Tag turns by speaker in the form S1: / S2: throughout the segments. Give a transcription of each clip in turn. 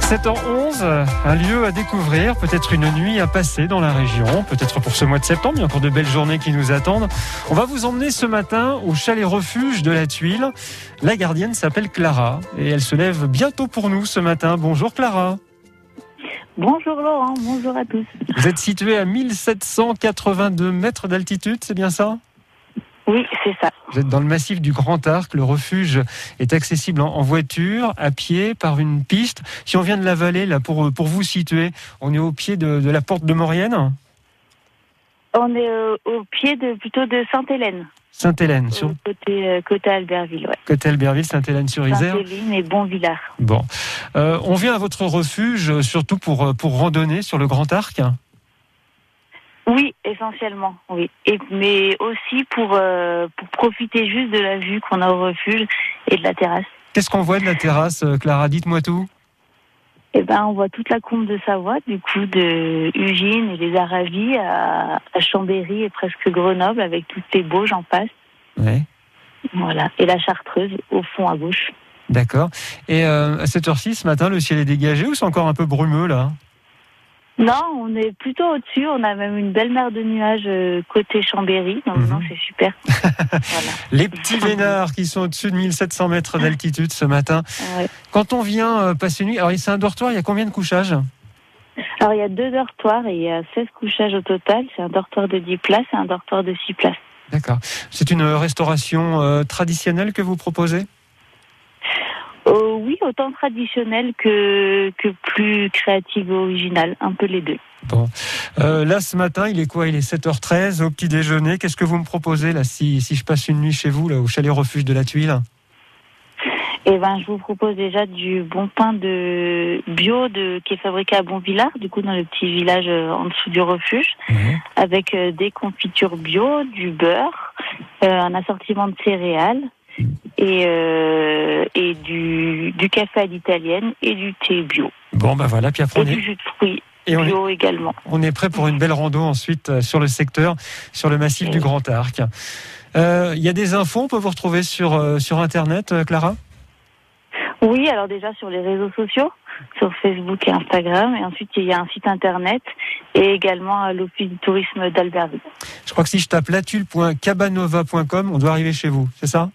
S1: 7h11, un lieu à découvrir, peut-être une nuit à passer dans la région, peut-être pour ce mois de septembre, il y a encore de belles journées qui nous attendent. On va vous emmener ce matin au chalet refuge de la Tuile. La gardienne s'appelle Clara et elle se lève bientôt pour nous ce matin. Bonjour Clara.
S2: Bonjour Laurent, bonjour à tous.
S1: Vous êtes situé à 1782 mètres d'altitude, c'est bien ça
S2: Oui, c'est ça.
S1: Vous êtes dans le massif du Grand Arc. Le refuge est accessible en en voiture, à pied, par une piste. Si on vient de la vallée, là, pour, pour vous situer, on est au pied de, de la porte de Maurienne,
S2: On est euh, au pied de plutôt de Sainte-Hélène,
S1: Sainte-Hélène, sur
S2: euh, côté, euh, côté Albertville, ouais.
S1: côté Albertville, Sainte-Hélène-sur-Isère.
S2: Sainte-Hélène et Bonvillard.
S1: Bon. Euh, on vient à votre refuge euh, surtout pour, euh, pour randonner sur le Grand Arc.
S2: Oui, essentiellement, oui. Et, mais aussi pour, euh, pour profiter juste de la vue qu'on a au refuge et de la terrasse.
S1: Qu'est-ce qu'on voit de la terrasse, euh, Clara Dites-moi tout.
S2: Eh ben, on voit toute la combe de Savoie, du coup, de Ugine et les Aravis à, à Chambéry et presque Grenoble, avec toutes les Bauges en passe.
S1: Ouais,
S2: Voilà. Et la Chartreuse au fond à gauche.
S1: d'accord. Et euh, à cette heure-ci, ce matin, le ciel est dégagé ou c'est encore un peu brumeux là
S2: Non, on est plutôt au-dessus. On a même une belle mer de nuages euh, côté Chambéry. Donc,
S1: Mhm.
S2: non, c'est super. voilà.
S1: Les petits vénards qui sont au-dessus de 1700 mètres d'altitude ce matin.
S2: Ouais.
S1: Quand on vient euh, passer une nuit, alors c'est un dortoir, il y a combien de couchages
S2: Alors, il y a deux dortoirs et il y a 16 couchages au total. C'est un dortoir de 10 places et un dortoir de 6 places.
S1: D'accord. C'est une restauration euh, traditionnelle que vous proposez
S2: Oh, oui, autant traditionnel que, que plus créative et original. Un peu les deux.
S1: Euh, Là, ce matin, il est quoi Il est 7h13 au petit déjeuner. Qu'est-ce que vous me proposez là si, si je passe une nuit chez vous, là, au chalet refuge de la Tuile
S2: Eh ben, je vous propose déjà du bon pain de bio de, qui est fabriqué à Bonvillard, du coup, dans le petit village euh, en dessous du refuge. avec euh, des confitures bio, du beurre, euh, un assortiment de céréales et, euh, et du, du café à l'italienne et du thé bio.
S1: Bon, ben voilà. Puis après,
S2: Et
S1: on
S2: du
S1: est,
S2: jus de fruits
S1: et on est,
S2: bio également.
S1: on est prêt pour une belle rando ensuite euh, sur le secteur, sur le massif du Grand Arc. Euh, Il y a des infos, on peut vous retrouver sur, euh, sur Internet, euh, Clara
S2: Oui, alors déjà sur les réseaux sociaux, sur Facebook et Instagram. Et ensuite, il y a un site internet et également à l'Office du tourisme d'Albertville.
S1: Je crois que si je tape latul.cabanova.com, on doit arriver chez vous, c'est ça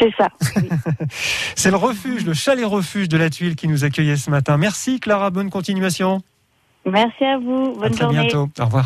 S2: C'est ça.
S1: C'est le refuge, le chalet refuge de la Tuile qui nous accueillait ce matin. Merci Clara, bonne continuation.
S2: Merci à vous.
S1: à
S2: Bonne
S1: très
S2: journée.
S1: bientôt. Au revoir.